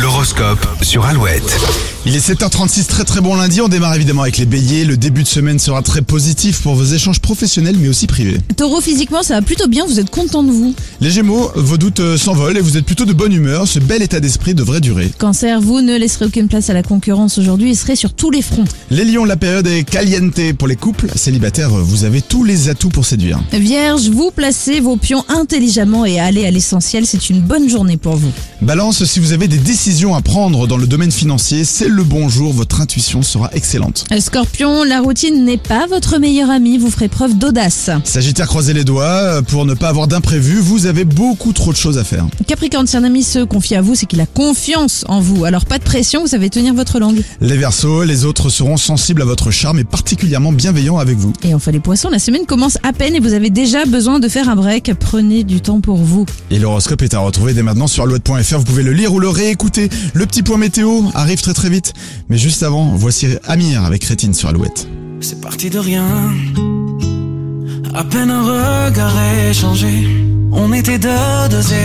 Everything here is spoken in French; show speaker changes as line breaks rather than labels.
L'horoscope sur Alouette.
Il est 7h36, très très bon lundi. On démarre évidemment avec les béliers. Le début de semaine sera très positif pour vos échanges professionnels mais aussi privés.
Taureau, physiquement, ça va plutôt bien, vous êtes content de vous.
Les gémeaux, vos doutes euh, s'envolent et vous êtes plutôt de bonne humeur. Ce bel état d'esprit devrait durer.
Cancer, vous ne laisserez aucune place à la concurrence aujourd'hui et serez sur tous les fronts.
Les lions, la période est caliente pour les couples célibataires. euh, Vous avez tous les atouts pour séduire.
Vierge, vous placez vos pions intelligemment et allez à l'essentiel, c'est une bonne journée pour vous.
Balance, si vous avez des décisions à prendre dans le domaine financier, c'est le bon jour. Votre intuition sera excellente.
Euh, Scorpion, la routine n'est pas votre meilleur ami, vous ferez preuve d'audace.
Sagittaire, croisez les doigts euh, pour ne pas avoir d'imprévus. Vous avez beaucoup trop de choses à faire.
Capricorne, si un ami se confie à vous, c'est qu'il a confiance en vous, alors pas de pression, vous savez tenir votre langue.
Les Verseaux, les autres seront sensibles à votre charme et particulièrement bienveillants avec vous.
Et enfin les poissons, la semaine commence à peine et vous avez déjà besoin de faire un break, prenez du temps pour vous.
Et l'horoscope est à retrouver dès maintenant sur alouette.fr. Vous pouvez le lire ou le réécouter. Le petit point météo arrive très très vite. Mais juste avant, voici Amir avec Rétine sur Alouette.
C'est parti de rien. À peine un regard échangé. On était deux, deux et-